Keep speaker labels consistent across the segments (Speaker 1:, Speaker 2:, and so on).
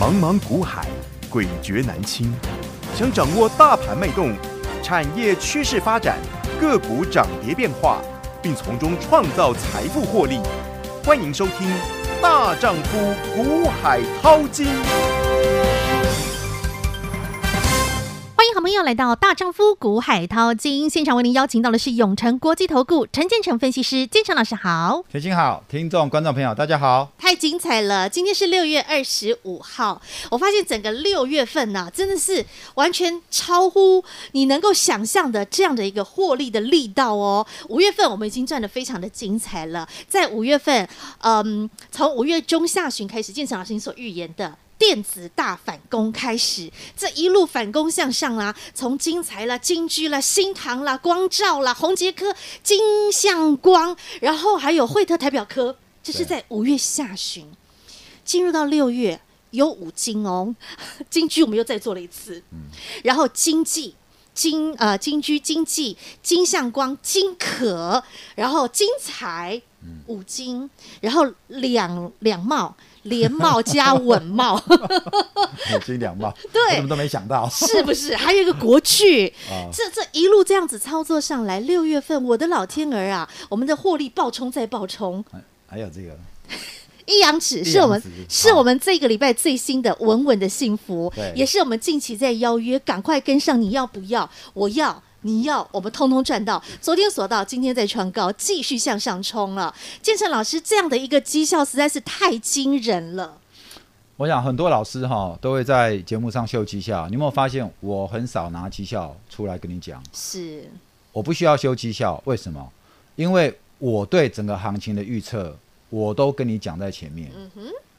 Speaker 1: 茫茫股海，诡谲难清。想掌握大盘脉动、产业趋势发展、个股涨跌变化，并从中创造财富获利，欢迎收听《大丈夫股海淘金》。
Speaker 2: 欢迎好朋友来到《大丈夫股海淘金》现场，为您邀请到的是永诚国际投顾陈建成分析师，建成老师好。
Speaker 3: 铁青好，听众观众朋友大家好。
Speaker 2: 太精彩了！今天是六月二十五号，我发现整个六月份呐、真的是完全超乎你能够想象的这样的一个获利的力道哦。五月份我们已经赚得非常的精彩了，在五月份，嗯，从五月中下旬开始，建成老师你所预言的。电子大反攻开始，这一路反攻向上啦，从金财啦、金居啦、新唐啦、光照啦、红杰科、金相光，然后还有惠特台表科，这是
Speaker 3: 对
Speaker 2: 在五月下旬。进入到六月，有五金哦， 金居我们又再做了一次，然后经济。金呃金居经济金相光金可，然后金财五金，然后两两帽联帽加稳帽，
Speaker 3: 五金两帽，
Speaker 2: 对
Speaker 3: 我怎么都没想到。
Speaker 2: 是不是？还有一个国剧，
Speaker 3: 啊
Speaker 2: 这这一路这样子操作上来，六月份我的老天儿啊，我们的获利暴冲再暴冲，
Speaker 3: 还还有这个，
Speaker 2: 一阳指是我们
Speaker 3: 一阳指
Speaker 2: 是我们这个礼拜最新的稳稳的幸福
Speaker 3: 对，
Speaker 2: 也是我们近期在邀约，赶快跟上，你要不要？我要。你要，我们通通赚到。昨天所到，今天再创高，继续向上冲了。建成老师这样的一个绩效实在是太惊人了。
Speaker 3: 我想很多老师哈都会在节目上秀绩效，你有没有发现我很少拿绩效出来跟你讲？
Speaker 2: 是，
Speaker 3: 我不需要修绩效，为什么？因为我对整个行情的预测，我都跟你讲在前面。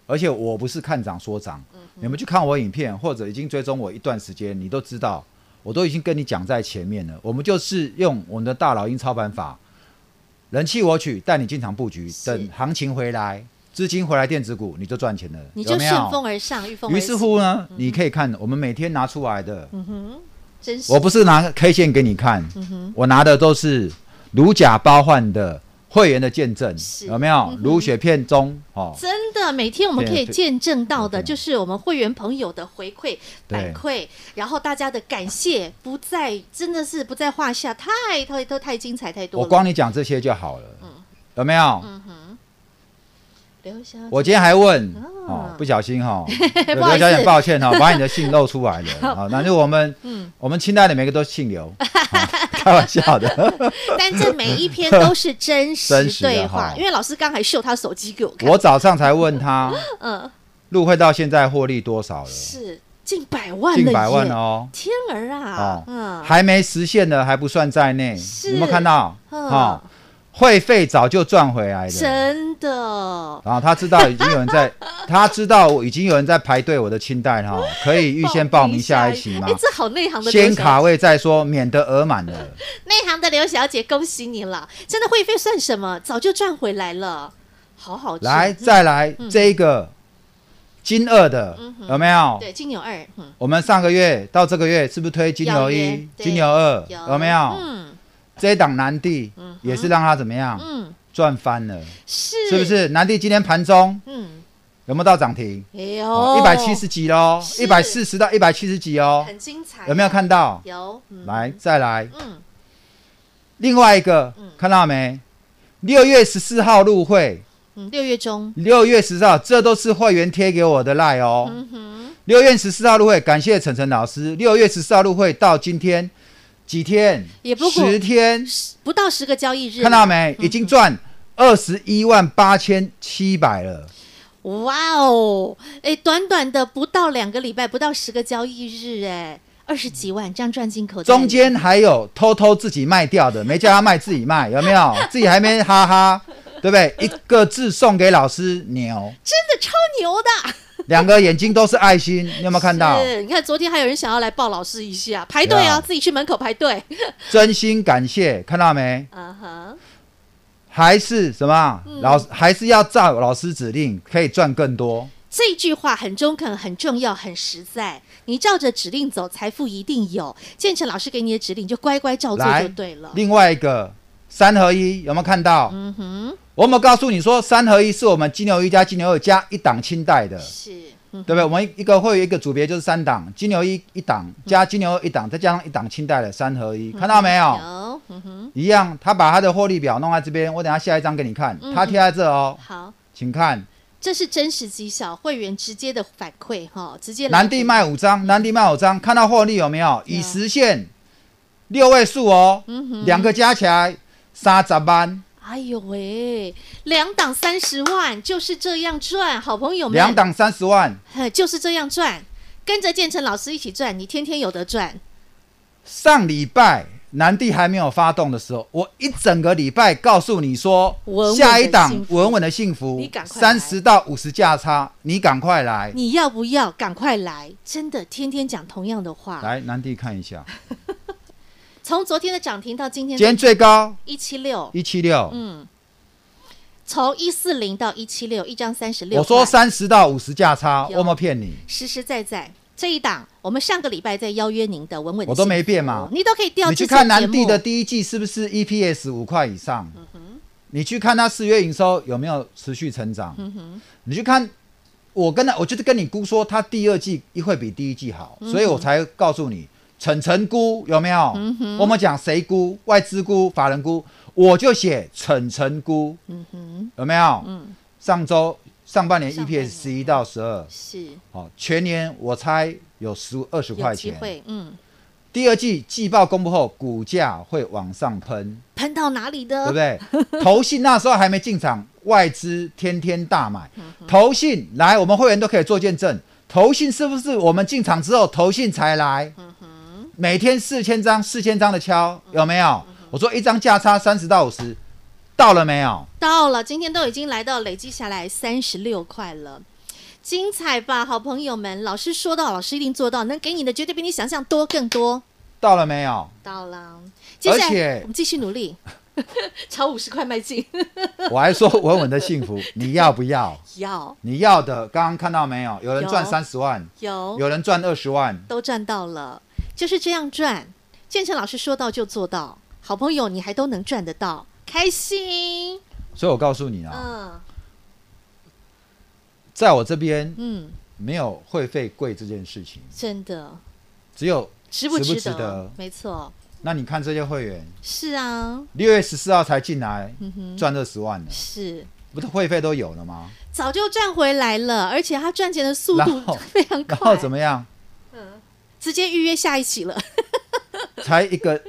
Speaker 3: 而且我不是看涨说涨，
Speaker 2: 嗯
Speaker 3: 你们去看我影片或者已经追踪我一段时间，你都知道，我都已经跟你讲在前面了。我们就是用我们的大老鹰操盘法，人气我取，带你进场布局，
Speaker 2: 是
Speaker 3: 等行情回来，资金回来电子股，你就赚钱了，
Speaker 2: 你
Speaker 3: 有
Speaker 2: 就
Speaker 3: 没
Speaker 2: 顺风
Speaker 3: 有？
Speaker 2: 而上，御风而
Speaker 3: 于
Speaker 2: 起
Speaker 3: 是，乎呢，
Speaker 2: 嗯
Speaker 3: 你可以看我们每天拿出来的，
Speaker 2: 真是
Speaker 3: 我不是拿 K 线给你看，我拿的都是如假包换的会员的见证，
Speaker 2: 是嗯
Speaker 3: 有没有？如雪片中哦，
Speaker 2: 真的，每天我们可以见证到的，就是我们会员朋友的回馈、反
Speaker 3: 嗯对
Speaker 2: 馈，然后大家的感谢，不在，真的是不在话下，太太都太精彩太多了。嗯
Speaker 3: 我光你讲这些就好了，有没有？
Speaker 2: 刘小姐
Speaker 3: 我今天还问
Speaker 2: 啊
Speaker 3: 哦，不小心 哈，
Speaker 2: 不好意
Speaker 3: 刘
Speaker 2: 思
Speaker 3: 小姐抱歉 哈，把你的信露出来了啊。那就我们
Speaker 2: 嗯
Speaker 3: 我们清代的每个都 姓刘，啊开玩笑的。
Speaker 2: 但这每一 篇都是真实
Speaker 3: 真实的
Speaker 2: 对话，
Speaker 3: 哈
Speaker 2: 因为老师刚还秀他手机给我看，
Speaker 3: 我早上才问他，
Speaker 2: 嗯，
Speaker 3: 入会到现在获利多少了？
Speaker 2: 是近百万了耶，
Speaker 3: 近百万哦。
Speaker 2: 天儿啊，
Speaker 3: 哦，
Speaker 2: 嗯，
Speaker 3: 还没实现的还不算在内，
Speaker 2: 是
Speaker 3: 有没有看到？
Speaker 2: 嗯
Speaker 3: 哦，会费早就赚回来了。
Speaker 2: 真的
Speaker 3: 然后他知道已经有人 在，他知道已经有人在排队我的清代哈，可以预先报名下一期吗
Speaker 2: 哎，？这好内行的刘小
Speaker 3: 先
Speaker 2: 姐
Speaker 3: 卡位再说，免得额满了。
Speaker 2: 内行的刘小姐，恭喜你了！真的会费算什么？早就赚回来了，好好赚
Speaker 3: 来，
Speaker 2: 嗯嗯
Speaker 3: 再来这一个金二的有没有？
Speaker 2: 对金牛二，嗯，
Speaker 3: 我们上个月到这个月是不是推金牛
Speaker 2: 有耶
Speaker 3: 一、
Speaker 2: 对
Speaker 3: 金牛二？呃有没有？
Speaker 2: 嗯
Speaker 3: 这一档南地也是让他怎么样
Speaker 2: 嗯，
Speaker 3: 赚翻了，
Speaker 2: 是
Speaker 3: 是不？是？南地今天盘中
Speaker 2: 嗯，
Speaker 3: 有没有到涨停？哦
Speaker 2: 哎呦，
Speaker 3: 一百七，十几喽，
Speaker 2: 是
Speaker 3: 一百四十到一百七十几哦，
Speaker 2: 很精彩，啊
Speaker 3: 有没有？看到？
Speaker 2: 有，嗯，
Speaker 3: 来，再来
Speaker 2: 嗯，
Speaker 3: 另外一个，看到没？六月十四号入会，
Speaker 2: 嗯，六月中，
Speaker 3: 六月十四号，这都是会员贴给我的赖哦。
Speaker 2: 嗯哼，
Speaker 3: 六月十四号入会，感谢晨晨老师。六月十四号入会到今天几天？
Speaker 2: 也不过嗯
Speaker 3: 十天，
Speaker 2: 不到十个交易日，
Speaker 3: 看到？没？已经赚二十一万八千七百了。
Speaker 2: 哇哦，哎，短短的不到两个礼拜，不到十个交易日，哎，二十几万这样赚进口袋里，
Speaker 3: 中间还有偷偷自己卖掉的，没叫他卖，自己卖，有没有？自己还没哈哈，对不对？一个字送给老师牛，
Speaker 2: 真的超牛的。
Speaker 3: 两个眼睛都是爱心，你有没有看到？
Speaker 2: 是，你看昨天还有人想要来抱老师一下，排队啊，
Speaker 3: 对啊
Speaker 2: 自己去门口排队。
Speaker 3: 真心感谢，看到没？
Speaker 2: 啊哈，
Speaker 3: 还是什么？老还是要照老师指令，可以赚更多。
Speaker 2: 这一句话很中肯、很重要、很实在。你照着指令走，财富一定有。建成老师给你的指令，你就乖乖照做就
Speaker 3: 来
Speaker 2: 对了，。
Speaker 3: 另外一个三合一有没有看到？我有没有告诉你说三合一是我们金牛一加金牛二加一档清代的？
Speaker 2: 是，嗯
Speaker 3: 对不对？我们一个会有一个组别就是三档，金牛一一档
Speaker 2: 嗯
Speaker 3: 加金牛二一档，再加上一档清代的三合一，看到没有？
Speaker 2: 有，嗯哼，
Speaker 3: 一样，他把他的获利表弄在这边，我等下下一张给你看，
Speaker 2: 嗯
Speaker 3: 他贴在这哦，
Speaker 2: 好，
Speaker 3: 请看，
Speaker 2: 这是真实绩效，会员直接的反馈哈，直接来
Speaker 3: 南地卖五张，南地卖五张，看到获利有没有？已实现六位数哦，
Speaker 2: 嗯
Speaker 3: 两个加起来三十万，
Speaker 2: 哎呦喂，两档三十万就是这样赚，好朋友们，
Speaker 3: 两档三十万，
Speaker 2: 嘿就是这样赚，跟着建成老师一起赚，你天天有得赚。
Speaker 3: 上礼拜南地还没有发动的时候，我一整个礼拜告诉你说，
Speaker 2: 稳稳地
Speaker 3: 下一档
Speaker 2: 幸福
Speaker 3: 稳稳的幸福
Speaker 2: 你，赶快来
Speaker 3: 三十到五十价差，你赶快来，
Speaker 2: 你要不要？赶快来！真的，天天讲同样的话。
Speaker 3: 来南地看一下，
Speaker 2: 从昨天的涨停到今天
Speaker 3: 今天最高
Speaker 2: 一七六，
Speaker 3: 一七六，
Speaker 2: 嗯，从一四零到一七六，一张三十六。
Speaker 3: 我说三十到五十价差，
Speaker 2: 有
Speaker 3: 我有没有骗你？
Speaker 2: 实实在在这一档，我们上个礼拜在邀约您的稳稳，
Speaker 3: 我都没变嘛
Speaker 2: 你都可以调。
Speaker 3: 你去看南地的，第一季是不是 EPS 五块以上？
Speaker 2: 嗯
Speaker 3: 你去看它四月营收有没有持续成长？
Speaker 2: 嗯
Speaker 3: 你去看，我跟他，我就是跟你估说，它第二季一会比第一季好，
Speaker 2: 嗯
Speaker 3: 所以我才告诉你，晨晨估有没有？
Speaker 2: 嗯
Speaker 3: 我们讲谁估，外资估、法人估，我就写晨晨估，有没有？上周上半年
Speaker 2: 嗯上半年
Speaker 3: EPS 十一到十二，
Speaker 2: 是
Speaker 3: 好，全年我猜有十二十
Speaker 2: 有
Speaker 3: 块
Speaker 2: 机
Speaker 3: 钱。
Speaker 2: 会，嗯，
Speaker 3: 第二季季报公布后，股价会往上喷，
Speaker 2: 喷到哪里
Speaker 3: 对
Speaker 2: 的？
Speaker 3: 不对？投信那时候还没进场，外资天天大买。
Speaker 2: 嗯
Speaker 3: 投信来，我们会员都可以做见证。投信是不是我们进场之后，投信才来？
Speaker 2: 嗯
Speaker 3: 每天四千张、四千张的敲，有没
Speaker 2: 嗯
Speaker 3: 有？我说一张价差三十到五十，到了没有？
Speaker 2: 到了，今天都已经来到累积下来三十六块了。精彩吧，好朋友们！老师说到，老师一定做到，能给你的绝对比你想象多更多。
Speaker 3: 到了没有？
Speaker 2: 到了，接下
Speaker 3: 而
Speaker 2: 来
Speaker 3: 且
Speaker 2: 我们继续努力， 朝五十块迈 进。
Speaker 3: 我还说稳稳的幸福， 你要不要？
Speaker 2: 要
Speaker 3: 你要的，刚刚看到没有？有人赚
Speaker 2: 有哦
Speaker 3: 三十万，
Speaker 2: 有
Speaker 3: 有人赚二十万，
Speaker 2: 都赚到了，就是这样赚。建成老师说到就做到，好朋友你还都能赚得到，开心。
Speaker 3: 所以我告诉你啊，
Speaker 2: 嗯
Speaker 3: 在我这边
Speaker 2: 嗯，
Speaker 3: 没有会费贵这件事情，
Speaker 2: 真的
Speaker 3: 只有
Speaker 2: 值不
Speaker 3: 值
Speaker 2: 值
Speaker 3: 不值得
Speaker 2: 没错，
Speaker 3: 那你看这些会员，
Speaker 2: 是啊，
Speaker 3: 六月十四号才进来
Speaker 2: 嗯哼，
Speaker 3: 赚二十万呢，
Speaker 2: 是。
Speaker 3: 不是会费都有了吗？
Speaker 2: 早就赚回来了，而且他赚钱的速度
Speaker 3: 然后
Speaker 2: 非常
Speaker 3: 然后
Speaker 2: 快，
Speaker 3: 怎么样？
Speaker 2: 直接预约下一期了。
Speaker 3: 才 一个，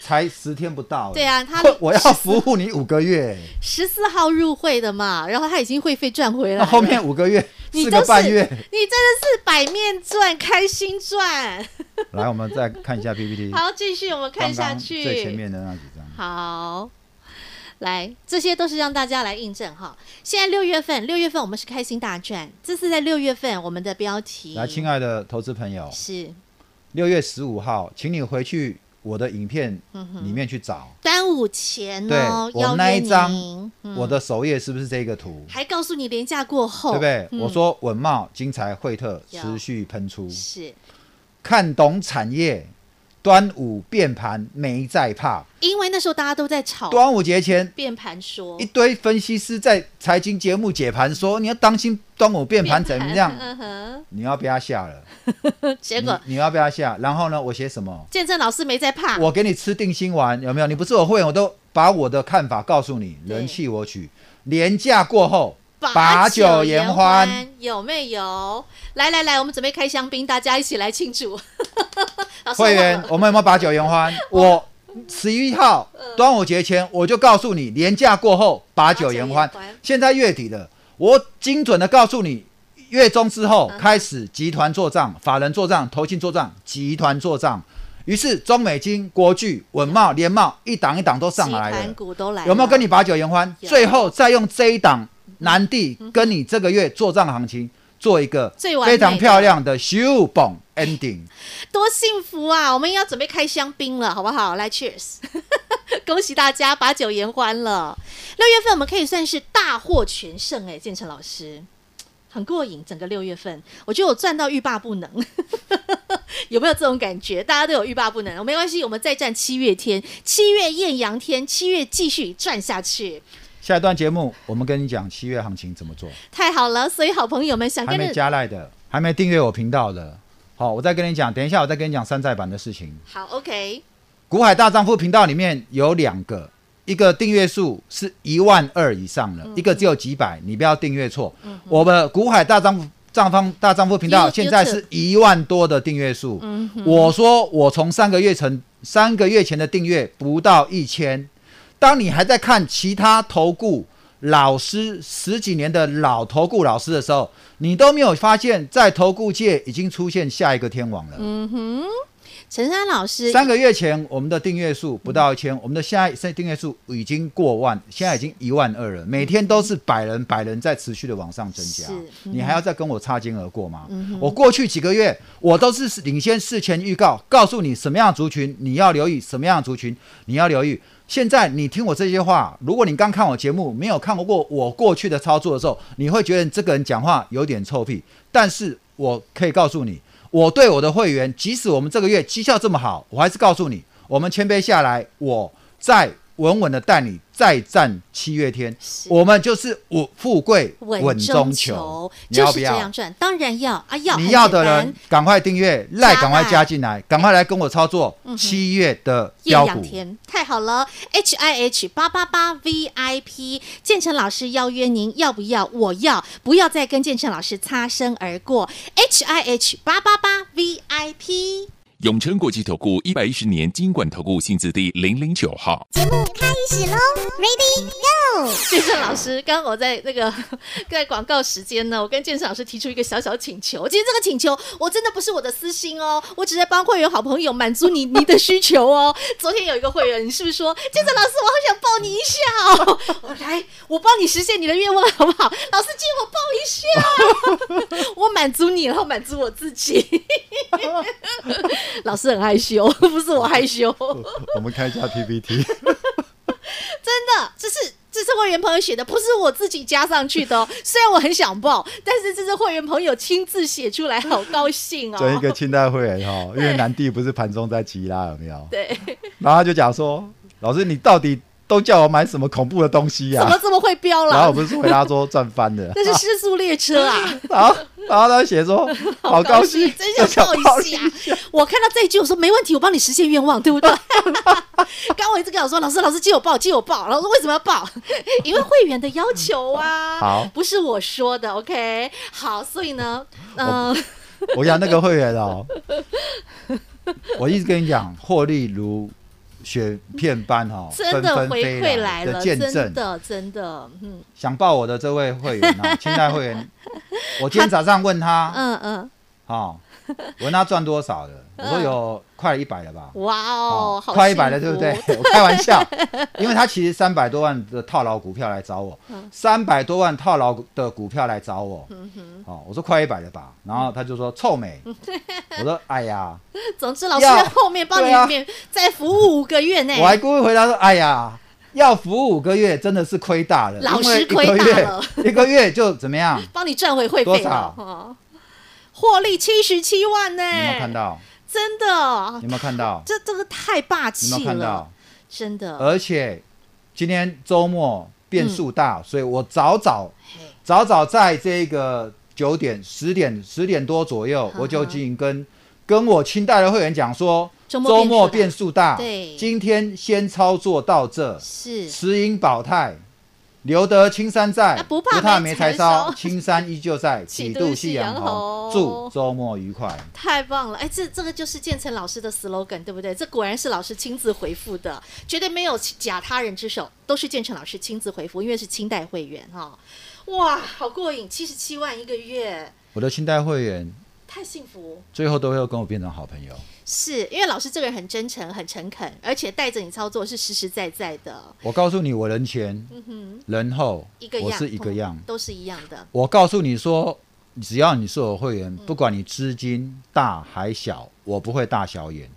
Speaker 3: 才十天不到。
Speaker 2: 对
Speaker 3: 啊，
Speaker 2: 啊，他
Speaker 3: 我要服务你五个月，
Speaker 2: 十四号入会的嘛，然后他已经会费赚回来
Speaker 3: 那
Speaker 2: 了。
Speaker 3: 后面五个月，
Speaker 2: 啊你
Speaker 3: 四
Speaker 2: 都
Speaker 3: 个
Speaker 2: 是
Speaker 3: 半月。
Speaker 2: 你真的是百面赚，开心赚。
Speaker 3: 来，我们再看一下 PPT，
Speaker 2: 好，继续我们看下去。
Speaker 3: 刚刚最前面的那几张。
Speaker 2: 好，来，这些都是让大家来印证哈。现在六月份，六月份我们是开心大赚，这是在六月份我们的标题。
Speaker 3: 来，亲爱的投资朋友，
Speaker 2: 是
Speaker 3: 六月十五号，请你回去我的影片
Speaker 2: 嗯
Speaker 3: 里面去找。
Speaker 2: 端午前
Speaker 3: 对
Speaker 2: 哦，
Speaker 3: 我
Speaker 2: 邀约
Speaker 3: 那一张
Speaker 2: 您
Speaker 3: 我的首页是不是这个图？
Speaker 2: 还告诉你廉价过后，
Speaker 3: 对不对？
Speaker 2: 嗯
Speaker 3: 我说文茂、金财、惠特
Speaker 2: 有
Speaker 3: 持续喷出，
Speaker 2: 是
Speaker 3: 看懂产业，端午变盘没在怕。
Speaker 2: 因为那时候大家都在炒
Speaker 3: 端午节前，
Speaker 2: 变盘说
Speaker 3: 一，堆分析师在财经节目解盘说，你要当心端午变盘怎么样？
Speaker 2: 嗯
Speaker 3: 嗯
Speaker 2: 哼，
Speaker 3: 你要被他吓了，
Speaker 2: 结
Speaker 3: 你
Speaker 2: 果
Speaker 3: 你要被他吓。然后呢，我写什么？
Speaker 2: 见证老师没在怕，
Speaker 3: 我给你吃定心丸，有没有？你不是我会员，我都把我的看法告诉你，
Speaker 2: 对
Speaker 3: 人气我取。廉价过后，
Speaker 2: 把
Speaker 3: 酒
Speaker 2: 言
Speaker 3: 言欢。
Speaker 2: 有没有？来来来，我们准备开香槟，大家一起来庆祝。 老师 我
Speaker 3: 会
Speaker 2: 忘
Speaker 3: 员
Speaker 2: 了，
Speaker 3: 我们有没有把酒言 欢？我十一号
Speaker 2: 嗯
Speaker 3: 端午节前我就告诉你，年假过后把酒言欢
Speaker 2: 把酒言欢。
Speaker 3: 现在月底了，我精准的告诉你，月中之后
Speaker 2: 嗯
Speaker 3: 开始集团做账、法人做账、投信做账、集团做账。于是中美金、国巨、稳茂、联茂一档一档都上来
Speaker 2: 集
Speaker 3: 了
Speaker 2: 团。股都来了，
Speaker 3: 有没有跟你把酒言欢？
Speaker 2: 有嗯
Speaker 3: 最后再用这一档南地跟你这个月做账行情做一个
Speaker 2: 最完美
Speaker 3: 非
Speaker 2: 的
Speaker 3: 常漂亮的 s h o b ending。
Speaker 2: 多幸福啊！我们要准备开香槟了，好不好？来，Cheers！恭喜大家把酒言欢了。六月份我们可以算是大获全胜哎、建成老师很过瘾。整个六月份，我觉得我赚到欲罢不能， 有没有这种感觉？大家都有欲罢不能，没关系，我们再战七月天、七月艳阳天、七月继续赚下去。
Speaker 3: 下一段节目我们跟你讲七月行情怎么做。
Speaker 2: 太好了，所以好朋友们想
Speaker 3: 还
Speaker 2: 啊跟
Speaker 3: 没
Speaker 2: 着
Speaker 3: 加赖的，还没订阅我频道的，好，我再跟你讲，等一下我再跟你讲山寨版的事情。
Speaker 2: 好 OK，
Speaker 3: 股海大丈夫频道里面有两个，一个订阅数是一万二以上的，一个只有几百，你不要订阅错。我们股海大丈夫。丈方大丈夫频道
Speaker 2: You-
Speaker 3: 现在是一万多的订阅数，我说我从三个月前三个月前的订阅不到一千，当你还在看其他投顾老师十几年的老投顾老师的时候，你都没有发现，在投顾界已经出现下一个天王了。
Speaker 2: 嗯陈山老师
Speaker 3: 三个月前，我们的订阅数不到一千，我们的下一订阅数已经过万，现在已经一万二了，每天都是百人百人在持续的往上增加
Speaker 2: 是。
Speaker 3: 你还要再跟我擦肩而过吗？我过去几个月，我都是领先事前预告，告诉你什么样的族群你要留意，什么样的族群你要留意。现在你听我这些话，如果你刚看我节目，没有看过我过去的操作的时候，你会觉得这个人讲话有点臭屁。但是我可以告诉你，我对我的会员，即使我们这个月绩效这么好，我还是告诉你，我们谦卑下来，我再稳稳的带你再战七月天，我们就是我富贵
Speaker 2: 稳
Speaker 3: 稳
Speaker 2: 中
Speaker 3: 中
Speaker 2: 求
Speaker 3: 求，，你
Speaker 2: 就
Speaker 3: 要
Speaker 2: 是
Speaker 3: 不
Speaker 2: 这
Speaker 3: 要
Speaker 2: 样？赚，当然要啊要，
Speaker 3: 你
Speaker 2: 很
Speaker 3: 要
Speaker 2: 简
Speaker 3: 的
Speaker 2: 单
Speaker 3: 人赶快订阅，赖
Speaker 2: 加
Speaker 3: 赶快
Speaker 2: 赖
Speaker 3: 加进来，赶快来跟我操作七月的
Speaker 2: 艳
Speaker 3: 标
Speaker 2: 阳
Speaker 3: 股。
Speaker 2: 天，太好了！H I H 八八八 V I P，建成老师邀约您，要不要？我要，不要再跟建成老师擦身而过？H I H 八八八 V I P。
Speaker 4: 永诚国际投顾一百一十年金管投顾性质第零零九号。
Speaker 2: 建成老师，刚刚我在那个 在广告时间呢，我跟建成老师提出一个小小请求。其实这个请求我真的不是我的私心哦，我只是帮会员好朋友满足你你的需求哦。 昨天有一个会员，你是不是说建成老师，我好想抱你一下哦？我来，我帮你实现你的愿望好不好？老师借我抱一下，哦我满足你，然后满足我自己。 老师很害羞，不是我害羞。
Speaker 3: 我们开 一下 PPT，
Speaker 2: 真的，这是这是会员朋友写的，不是我自己加上去的哦。虽然我很想报，但是这是会员朋友亲自写出来，好高 兴哦。
Speaker 3: 整一个清代会员 哈，因为南帝不是盘中在吉拉有没有？
Speaker 2: 对，
Speaker 3: 然后他就讲说，老师你到底都叫我买什么恐怖的东西呀、
Speaker 2: 怎么这么会飙
Speaker 3: 然后我
Speaker 2: 了？
Speaker 3: 不是回答说赚翻 了，
Speaker 2: 那是失速列车 啊！
Speaker 3: 然后然后他 写说好高兴，
Speaker 2: 真想
Speaker 3: 就
Speaker 2: 抱一下。我看到这一句，我说没问题，我帮你实现愿望，对不对？ 刚我一直跟我说，老师，老师借我抱，借我抱。老师为什么要抱？因为会员的要求啊。
Speaker 3: 好
Speaker 2: 不是我说的，OK。好，所以呢，嗯、
Speaker 3: 我讲那个会员哦，我一直跟你讲，获利如雪片般哦，
Speaker 2: 真
Speaker 3: 纷
Speaker 2: 的
Speaker 3: 纷
Speaker 2: 回
Speaker 3: 飞
Speaker 2: 馈
Speaker 3: 来
Speaker 2: 来
Speaker 3: 的
Speaker 2: 了，
Speaker 3: 见
Speaker 2: 真
Speaker 3: 证。
Speaker 2: 的真的，嗯
Speaker 3: 想报我的这位会员 啊，清代会员，我今天早上问他，
Speaker 2: 嗯嗯，
Speaker 3: 哦，我问他赚多少了，我说有快一百了吧。
Speaker 2: 哇嗯哦，好
Speaker 3: 快一
Speaker 2: 幸
Speaker 3: 百了，对不
Speaker 2: 福
Speaker 3: 对？？ 我开玩笑，因为他其实三百多万的套牢股票来找我，
Speaker 2: 嗯
Speaker 3: 三百多万套牢的股票来找我。哦，我说快一百了吧，然后他就说臭美，我说哎呀，
Speaker 2: 总之，老师
Speaker 3: 要
Speaker 2: 在后面帮
Speaker 3: 对啊
Speaker 2: 你免再服务五个月内，
Speaker 3: 我还故意回答说：“哎呀，要服务五个月真的是亏大了，
Speaker 2: 老
Speaker 3: 因为
Speaker 2: 师
Speaker 3: 一个
Speaker 2: 亏大
Speaker 3: 月
Speaker 2: 了
Speaker 3: 一个月就怎 么样？
Speaker 2: 帮你赚回会
Speaker 3: 多
Speaker 2: 费了
Speaker 3: 少
Speaker 2: 哦获利七十七万呢，
Speaker 3: 你有没有看？到？
Speaker 2: 真
Speaker 3: 你
Speaker 2: 的，
Speaker 3: 有没有看到？
Speaker 2: 这这个太霸
Speaker 3: 你有没
Speaker 2: 气
Speaker 3: 有看到呃
Speaker 2: 了，？嗯真的。
Speaker 3: 而且今天周末变数大，
Speaker 2: 嗯
Speaker 3: 所以我早早早早在这个九点、十点、十点多左右，我就已经跟跟我清代的会员讲说，
Speaker 2: 周末变数大
Speaker 3: 变数大，
Speaker 2: 对
Speaker 3: 今天先操作到这，
Speaker 2: 是
Speaker 3: 石英宝泰，留得青山在，
Speaker 2: 啊不怕
Speaker 3: 没
Speaker 2: 没
Speaker 3: 柴
Speaker 2: 柴
Speaker 3: 烧，
Speaker 2: 烧
Speaker 3: 青山依 旧在，
Speaker 2: 几
Speaker 3: 几
Speaker 2: 度
Speaker 3: 度
Speaker 2: 夕
Speaker 3: 夕
Speaker 2: 阳
Speaker 3: 阳
Speaker 2: 红
Speaker 3: 红。祝周末愉快。
Speaker 2: 太棒了！哎，这这个就是建成老师的 slogan，对不对？这果然是老师亲自回复的，绝对没有假他人之手，都是建成老师亲自回复，因为是清代会员哈、哇，好过瘾，七十七万一个月，
Speaker 3: 我的清代会员
Speaker 2: 太幸福。
Speaker 3: 最后都会跟我变成好朋友。
Speaker 2: 是因为老师这个人很真诚、很诚恳，而且带着你操作是实实在在的，
Speaker 3: 我告诉你，我人前、人后
Speaker 2: 嗯一个，样，
Speaker 3: 我是一个样
Speaker 2: 嗯。都是一样的。
Speaker 3: 我告诉你说，只要你是我会员，不管你资金大还小，我不会大小眼，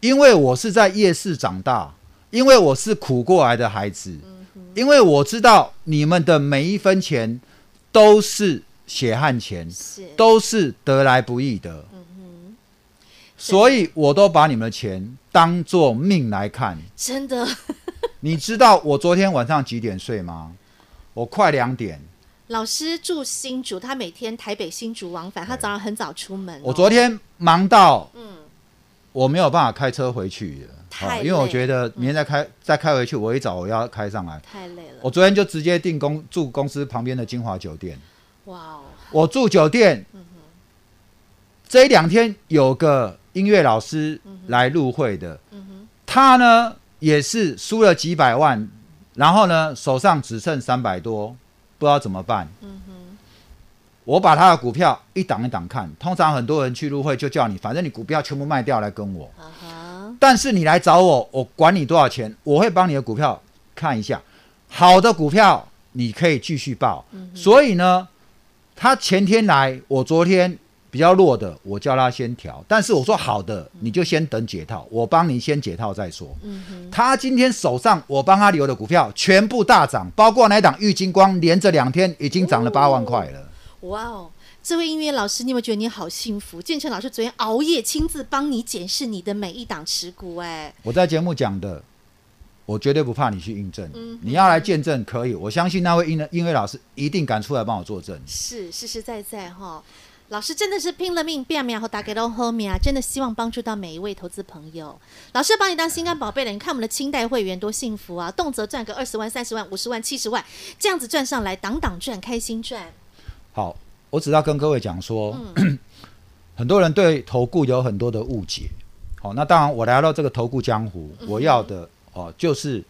Speaker 3: 因为我是在夜市长大，因为我是苦过来的孩子，因为我知道你们的每一分钱都是血汗钱，
Speaker 2: 是
Speaker 3: 都是得来不易的，所以我都把你们的钱当做命来看。
Speaker 2: 真的
Speaker 3: 你知道我昨天晚上几点睡吗？我快两点。
Speaker 2: 老师住新竹，他每天台北新竹往返，他早上很早出门哦、嗯
Speaker 3: 我昨天忙到，我没有办法开车回去了，
Speaker 2: 太
Speaker 3: 因为我
Speaker 2: 累嗯
Speaker 3: 觉得明天再开、再开回去，我一早我要开上来。
Speaker 2: 太累了
Speaker 3: 我，昨天就直接订公住公司旁边的金华酒店，
Speaker 2: 哇哦，
Speaker 3: 我住酒店。这一两天有个音乐老师来入会的，他呢也是输了几百万，然后呢手上只剩三百多，不知道怎么办。我把他的股票一档一档看，通常很多人去入会就叫你，反正你股票全部卖掉来跟我。
Speaker 2: 啊哈，
Speaker 3: 但是你来找我，我管你多少钱，我会帮你的股票看一下，好的股票你可以继续报。
Speaker 2: 嗯
Speaker 3: 所以呢，他前天来，我昨天比较弱的，我叫他先调，但是我说好的，你就先等解套，我帮你先解套再说。他今天手上我帮他留的股票全部大涨，包括那一档玉金光，连着两天已经涨了八万块了。
Speaker 2: 哇哦。这位音乐老师，你有没有觉得你好幸福？建成老师昨天熬夜亲自帮你检视你的每一档持股、哎，
Speaker 3: 我在节目讲的，我绝对不怕你去印证。你要来见证可以，我相信那位音音乐老师一定敢出来帮我作证。
Speaker 2: 是实实在在哈。老师真的是拼了命，变命后打给到后面啊！真的希望帮助到每一位投资朋友。老师把你当心肝宝贝了，你看我们的清代会员多幸福啊，动辄赚个二十万、三十万、五十万、七十万，这样子赚上来，挡挡赚，开心赚。
Speaker 3: 好，我只要跟各位讲说，
Speaker 2: 嗯
Speaker 3: 很多人对投顾有很多的误解。好、那当然我来到这个投顾江湖，
Speaker 2: 嗯
Speaker 3: 我要的哦就是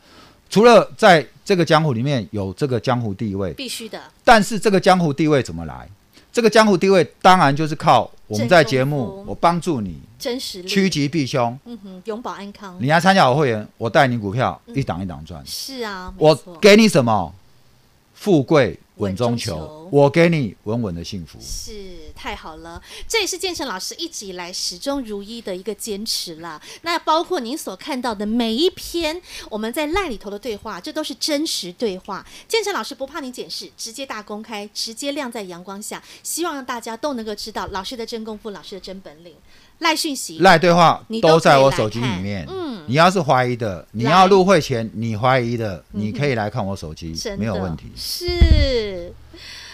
Speaker 3: 除了在这个江湖里面有这个江湖地位，
Speaker 2: 必须的，
Speaker 3: 但是这个江湖地位怎么来？这个江湖地位当然就是靠我们在
Speaker 2: 正宗
Speaker 3: 节
Speaker 2: 服
Speaker 3: 目，我帮助你
Speaker 2: 真实力，
Speaker 3: 趋吉避凶。
Speaker 2: 嗯哼，永保安康。
Speaker 3: 你来参加我会员，我带你股票一档一档赚。
Speaker 2: 嗯是啊，没
Speaker 3: 我
Speaker 2: 错
Speaker 3: 给你什么？富贵稳中求。
Speaker 2: 稳中求
Speaker 3: 我给你稳稳的幸福。
Speaker 2: 是太好了，这也是建成老师一直以来始终如一的一个坚持啦。那包括您所看到的每一篇我们在赖里头的对话，这都是真实对话。建成老师不怕你检视，直接大公开，直接亮在阳光下，希望让大家都能够知道老师的真功夫，老师的真本领。赖讯息，
Speaker 3: 赖对话
Speaker 2: 你都
Speaker 3: 都在我
Speaker 2: 可以来
Speaker 3: 手机里
Speaker 2: 看
Speaker 3: 面。
Speaker 2: 嗯
Speaker 3: 你要是怀疑的，你
Speaker 2: 来嗯
Speaker 3: 要入会前你怀疑的，你可以来看我手机，
Speaker 2: 真的
Speaker 3: 没有问题。
Speaker 2: 是。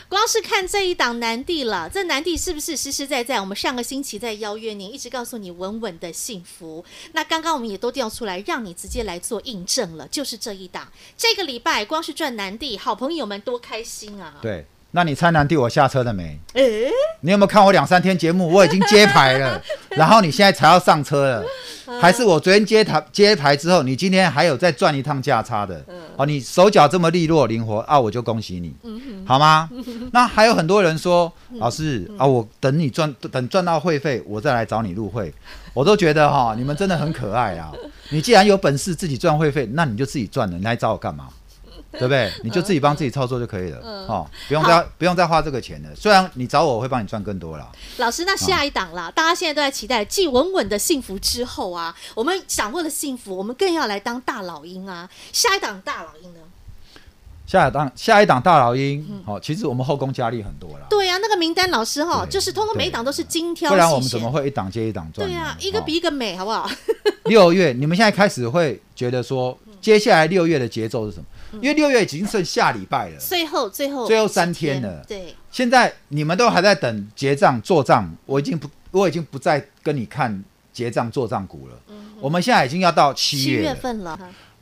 Speaker 2: 光是看这一档南地了，这南地是不是实实在在？我们上个星期在邀约您，一直告诉你稳稳的幸福。那刚刚我们也都调出来，让你直接来做印证了，就是这一档。这个礼拜光是赚南地，好朋友们多开心啊！
Speaker 3: 对，那你猜难题我下车了没？
Speaker 2: 诶，
Speaker 3: 你有没有看我两三天节目？我已经揭 牌了，然后你现在才要上车
Speaker 2: 嗯
Speaker 3: 了，还是我昨天揭牌揭牌之后，你今天还有再赚一趟价差
Speaker 2: 嗯
Speaker 3: 的？哦，你手脚这么利落灵活啊，我就恭喜你，
Speaker 2: 嗯
Speaker 3: 好吗？ 那还有很多人说，老师啊，我等你赚等赚到会费，我再来找你入会，我都觉得哈、你们真的很可爱啊！你既然有本事自己赚会费，那你就自己赚了，你来找我干嘛？ 对不对？你就自己帮
Speaker 2: 嗯
Speaker 3: 自己操作就可以了，哦，不用再不用再花这个钱了。虽然你找我，我会帮你赚更多啦。
Speaker 2: 老师，那下一档啦，
Speaker 3: 啊
Speaker 2: 大家现在都在期待继稳稳的幸福之后啊，我们掌握了幸福，我们更要来当大老鹰啊！下一档大老鹰呢？
Speaker 3: 下一档下一档大老鹰，好、其实我们后宫佳丽很多啦，
Speaker 2: 嗯对呀、啊那个名单老师哈，
Speaker 3: 对
Speaker 2: 就是通通每一档都是精挑
Speaker 3: 不
Speaker 2: 细
Speaker 3: 然
Speaker 2: 选。
Speaker 3: 我们怎么会一档接一档赚
Speaker 2: 对
Speaker 3: 呢？
Speaker 2: 呀、一个比
Speaker 3: 哦
Speaker 2: 一个美，好不 好？
Speaker 3: 六月，你们现在开始会觉得说，
Speaker 2: 嗯
Speaker 3: 接下来六月的节奏是什么？因为六月已经剩下礼拜了，
Speaker 2: 最后最后
Speaker 3: 最后三
Speaker 2: 几天
Speaker 3: 天了
Speaker 2: 对，
Speaker 3: 现在你们都还在等结账做账，我已经不我已经不再跟你看结账做账股了。
Speaker 2: 嗯
Speaker 3: 我们现在已经要到七
Speaker 2: 七
Speaker 3: 月
Speaker 2: 月
Speaker 3: 了。
Speaker 2: 份了，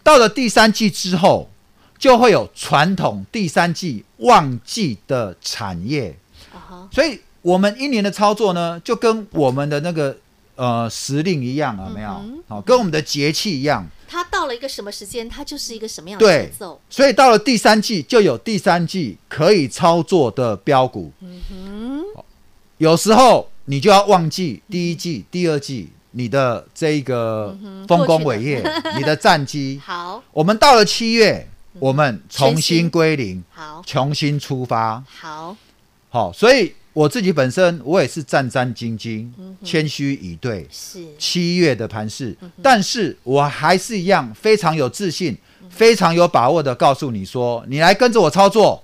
Speaker 3: 到了第三季之后，就会有传统第三季旺季的产业，
Speaker 2: 啊哈，
Speaker 3: 所以我们一年的操作呢，就跟我们的那个呃时令一样啊，没有，好、
Speaker 2: 嗯
Speaker 3: 跟我们的节气一样。
Speaker 2: 它到了一个什么时间，它就是一个什么样的
Speaker 3: 对
Speaker 2: 节奏？，
Speaker 3: 所以到了第三季就有第三季可以操作的标股。
Speaker 2: 嗯
Speaker 3: 好有时候你就要忘记第一
Speaker 2: 嗯
Speaker 3: 季、第二季你的这一个丰功伟业、你的战绩。
Speaker 2: 好
Speaker 3: 我们到了七月，
Speaker 2: 嗯
Speaker 3: 我们重新归零，
Speaker 2: 好
Speaker 3: 重新出发。
Speaker 2: 好，
Speaker 3: 好、所以我自己本身我也是战战兢兢、
Speaker 2: 嗯
Speaker 3: 谦虚以对
Speaker 2: 是
Speaker 3: 七月的盘势，
Speaker 2: 嗯
Speaker 3: 但是我还是一样非常有自信、
Speaker 2: 嗯
Speaker 3: 非常有把握的告诉你说，你来跟着我操作，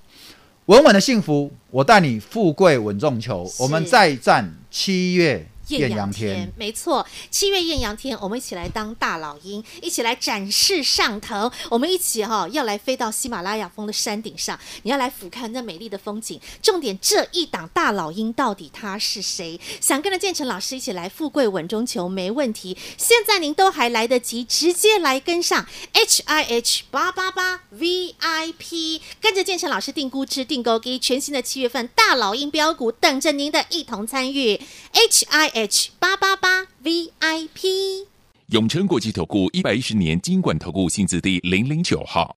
Speaker 3: 稳稳的幸福，我带你富贵稳中求。
Speaker 2: 是
Speaker 3: 我们再战七月
Speaker 2: 艳阳
Speaker 3: 阳
Speaker 2: 天，
Speaker 3: 天
Speaker 2: 没错，七月艳阳天，我们一起来当大老鹰，一起来展示上腾，我们一起哈、要来飞到喜马拉雅峰的山顶上，你要来俯瞰那美丽的风景。重点，这一档大老鹰到底他是谁？想跟着建成老师一起来富贵稳中求，没问题。现在您都还来得及，直接来跟上 H I H 八八八 V I P，跟着建成老师定估值、定购给全新的七月份大老鹰标股等着您的一同参与。H I H 八八八 V I P。
Speaker 4: 永诚国际投顾一百一十年金管投顾性质第零零九号。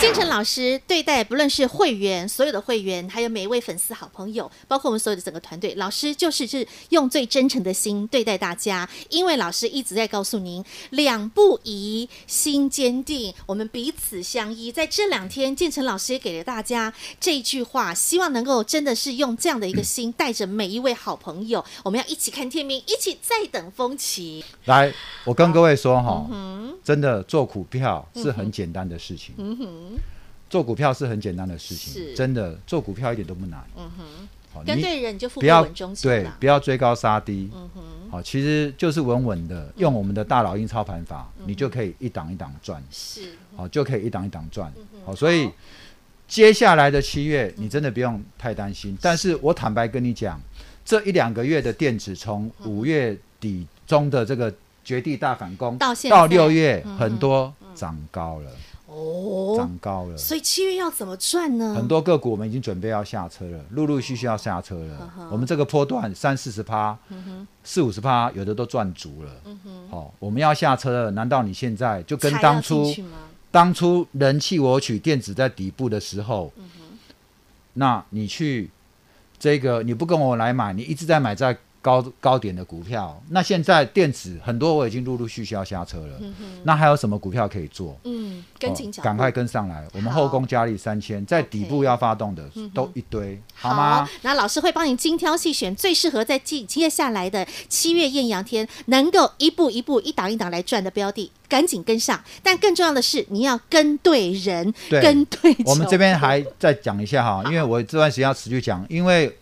Speaker 2: 建成老师对待不论是会员、所有的会员，还有每一位粉丝、好朋友，包括我们所有的整个团队，老师就是是用最真诚的心对待大家。因为老师一直在告诉您，两不疑，心坚定，我们彼此相依。在这两天，建成老师也给了大家这一句话，希望能够真的是用这样的一个心，带着每一位好朋友，我们要一起看天明，一起再等风起。
Speaker 3: 来，我跟各位说哈、真的做股票是很简单的事情。做股票是很简单的事
Speaker 2: 是
Speaker 3: 情，真的做股票一点都不难。嗯哼，
Speaker 2: 跟
Speaker 3: 你
Speaker 2: 对人就富
Speaker 3: 不
Speaker 2: 贵
Speaker 3: 要
Speaker 2: 稳中求
Speaker 3: 对
Speaker 2: 啦，。嗯
Speaker 3: 不要追高杀低。好，其实就是稳稳的，用我们的大老鹰操盘法，你就可以一档一档赚，
Speaker 2: 嗯是嗯
Speaker 3: 好，就可以一档一档赚。好，所以接下来的七月，你真的不用太担心。但是我坦白跟你讲，这一两个月的电子，
Speaker 2: 嗯
Speaker 3: 从五月底中的这个绝地大反攻
Speaker 2: 到现在嗯
Speaker 3: 到六月，很多涨高了，
Speaker 2: 哦，
Speaker 3: 涨高了。
Speaker 2: 所以七月要怎么赚呢？
Speaker 3: 很多个股我们已经准备要下车了，陆陆续续要下车
Speaker 2: 嗯
Speaker 3: 了。我们这个波段三四十趴，四五十趴，有的都赚足了。
Speaker 2: 嗯
Speaker 3: 好、我们要下车了，难道你现在就跟
Speaker 2: 才要
Speaker 3: 当初
Speaker 2: 进去吗
Speaker 3: 当初人气我取电子在底部的时候，
Speaker 2: 嗯
Speaker 3: 那你去这个你不跟我来买，你一直在买在高高点的股票，那现在电子很多我已经陆陆续续要下车了，那还有什么股票可以做？
Speaker 2: 嗯，跟紧脚
Speaker 3: 哦
Speaker 2: 步，
Speaker 3: 赶快跟上来。我们后宫佳丽三千，在底
Speaker 2: OK 嗯
Speaker 3: 部要发动的都一堆，好吗？？
Speaker 2: 那老师会帮你精挑细选最适合在接接下来的七月艳阳天，能够一步一步、一档一档来赚的标的，赶紧跟上。但更重要的是，你要跟对人，
Speaker 3: 对
Speaker 2: 跟对球。
Speaker 3: 我们这边还再讲一下哈，因为我这段时间要持续讲，因为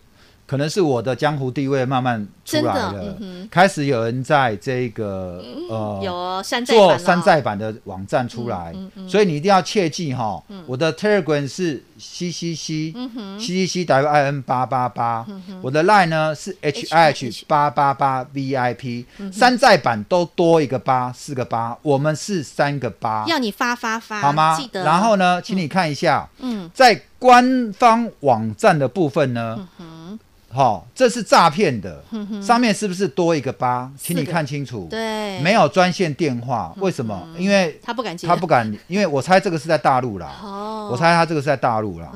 Speaker 3: 可能是我的江湖地位慢慢出来
Speaker 2: 真的嗯
Speaker 3: 了，开始有人在这个呃
Speaker 2: 有哦山寨版
Speaker 3: 做
Speaker 2: 哦嗯
Speaker 3: 山寨版的网站出来，所以你一定要切记哈。我的 Telegram 是 C C C
Speaker 2: 嗯
Speaker 3: C C C W I N 八八八，我的 Line 呢是 H I H 八八八 V I P，山
Speaker 2: 嗯
Speaker 3: 寨版都多一个八，四个八，我们是三个八，
Speaker 2: 要你发发发，
Speaker 3: 好吗
Speaker 2: 记？得。
Speaker 3: 然后呢，请你看一下，
Speaker 2: 嗯，
Speaker 3: 在官方网站的部分呢，好，这是诈骗的，上面是不是多一个八？请你
Speaker 2: 嗯四个
Speaker 3: 看清楚，
Speaker 2: 对，
Speaker 3: 没有专线电话，为什么？因为
Speaker 2: 哎嗯他不敢接，
Speaker 3: 他不敢，因为我猜这个是在大陆啦，
Speaker 2: 哦，嗯
Speaker 3: 我猜他这个是在大陆啦。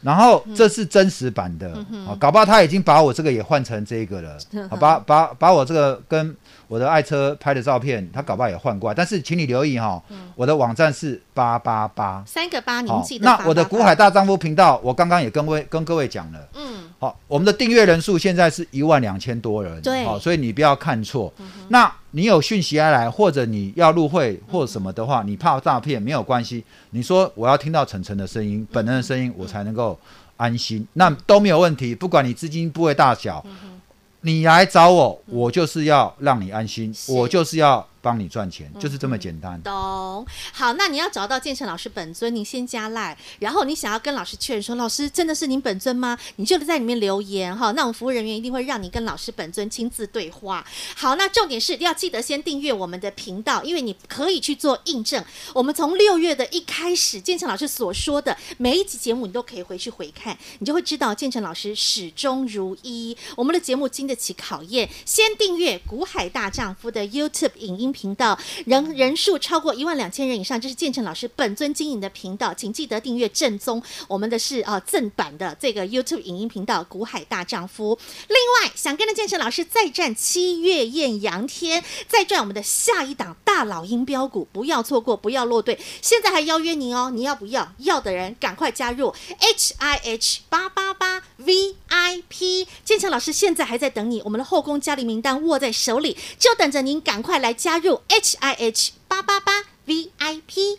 Speaker 3: 然后这是真实版的，啊，搞不好他已经把我这个也换成这个了，
Speaker 2: 嗯
Speaker 3: 好把把把我这个跟我的爱车拍的照片，他搞不好也换过来。但是请你留意哈、
Speaker 2: 嗯
Speaker 3: 我的网站是八八八。
Speaker 2: 三个八，您
Speaker 3: 好
Speaker 2: 记，得发发
Speaker 3: 那
Speaker 2: 发。
Speaker 3: 我的股海大丈夫频道，我刚刚也跟位跟各位讲了，
Speaker 2: 嗯，
Speaker 3: 好，我们的订阅人数现在是一万两千多人，
Speaker 2: 对嗯
Speaker 3: 好，所以你不要看错。那你有讯息而来，或者你要入会或什么的话，你怕诈骗没有关系。你说我要听到晨晨的声
Speaker 2: 嗯
Speaker 3: 音，本人的声音，我才能够安心，那都没有问题。不管你资金部位大小，
Speaker 2: 嗯
Speaker 3: 你来找我，我就是要让你安心，
Speaker 2: 是嗯
Speaker 3: 我就是要帮你赚钱，就是这么简单。
Speaker 2: 懂。好，那你要找到建成老师本尊，你先加赖，然后你想要跟老师确认说，老师真的是您本尊吗？你就在里面留言哈，那我们服务人员一定会让你跟老师本尊亲自对话。好，那重点是一定要记得先订阅我们的频道，因为你可以去做印证。我们从六月的一开始，建成老师所说的每一集节目，你都可以回去回看，你就会知道建成老师始终如一。我们的节目经得起考验，先订阅“股海大丈夫”的 YouTube 影音频道，人人数超过一万两千人以上，这是建成老师本尊经营的频道，请记得订阅正宗，我们的是啊、呃正版的这个 YouTube 影音频道“股海大丈夫”。另外，想跟着建成老师再战七月艳阳天，再赚我们的下一档大老鹰标股，不要错过，不要落队。现在还邀约您哦，你要不要？要的人赶快加入 H I H 八八八 V I P。建成老师现在还在等你，我们的后宫佳丽名单握在手里，就等着您赶快来加入 H I H 八八八 V I P。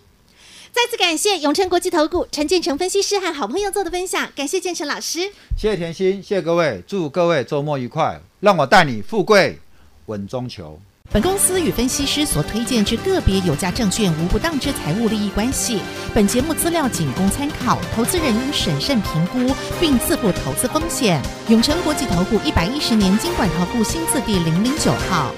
Speaker 2: 再次感谢永诚国际投顾陈建成分析师和好朋友做的分享，感谢建成老师。
Speaker 3: 谢谢甜心，谢谢各位，祝各位周末愉快，让我带你富贵稳中求。
Speaker 5: 本公司与分析师所推荐之个别有价证券无不当之财务利益关系。本节目资料仅供参考，投资人应审慎评估并自负投资风险。永诚国际投顾一百一十年经管投顾新字第零零九号。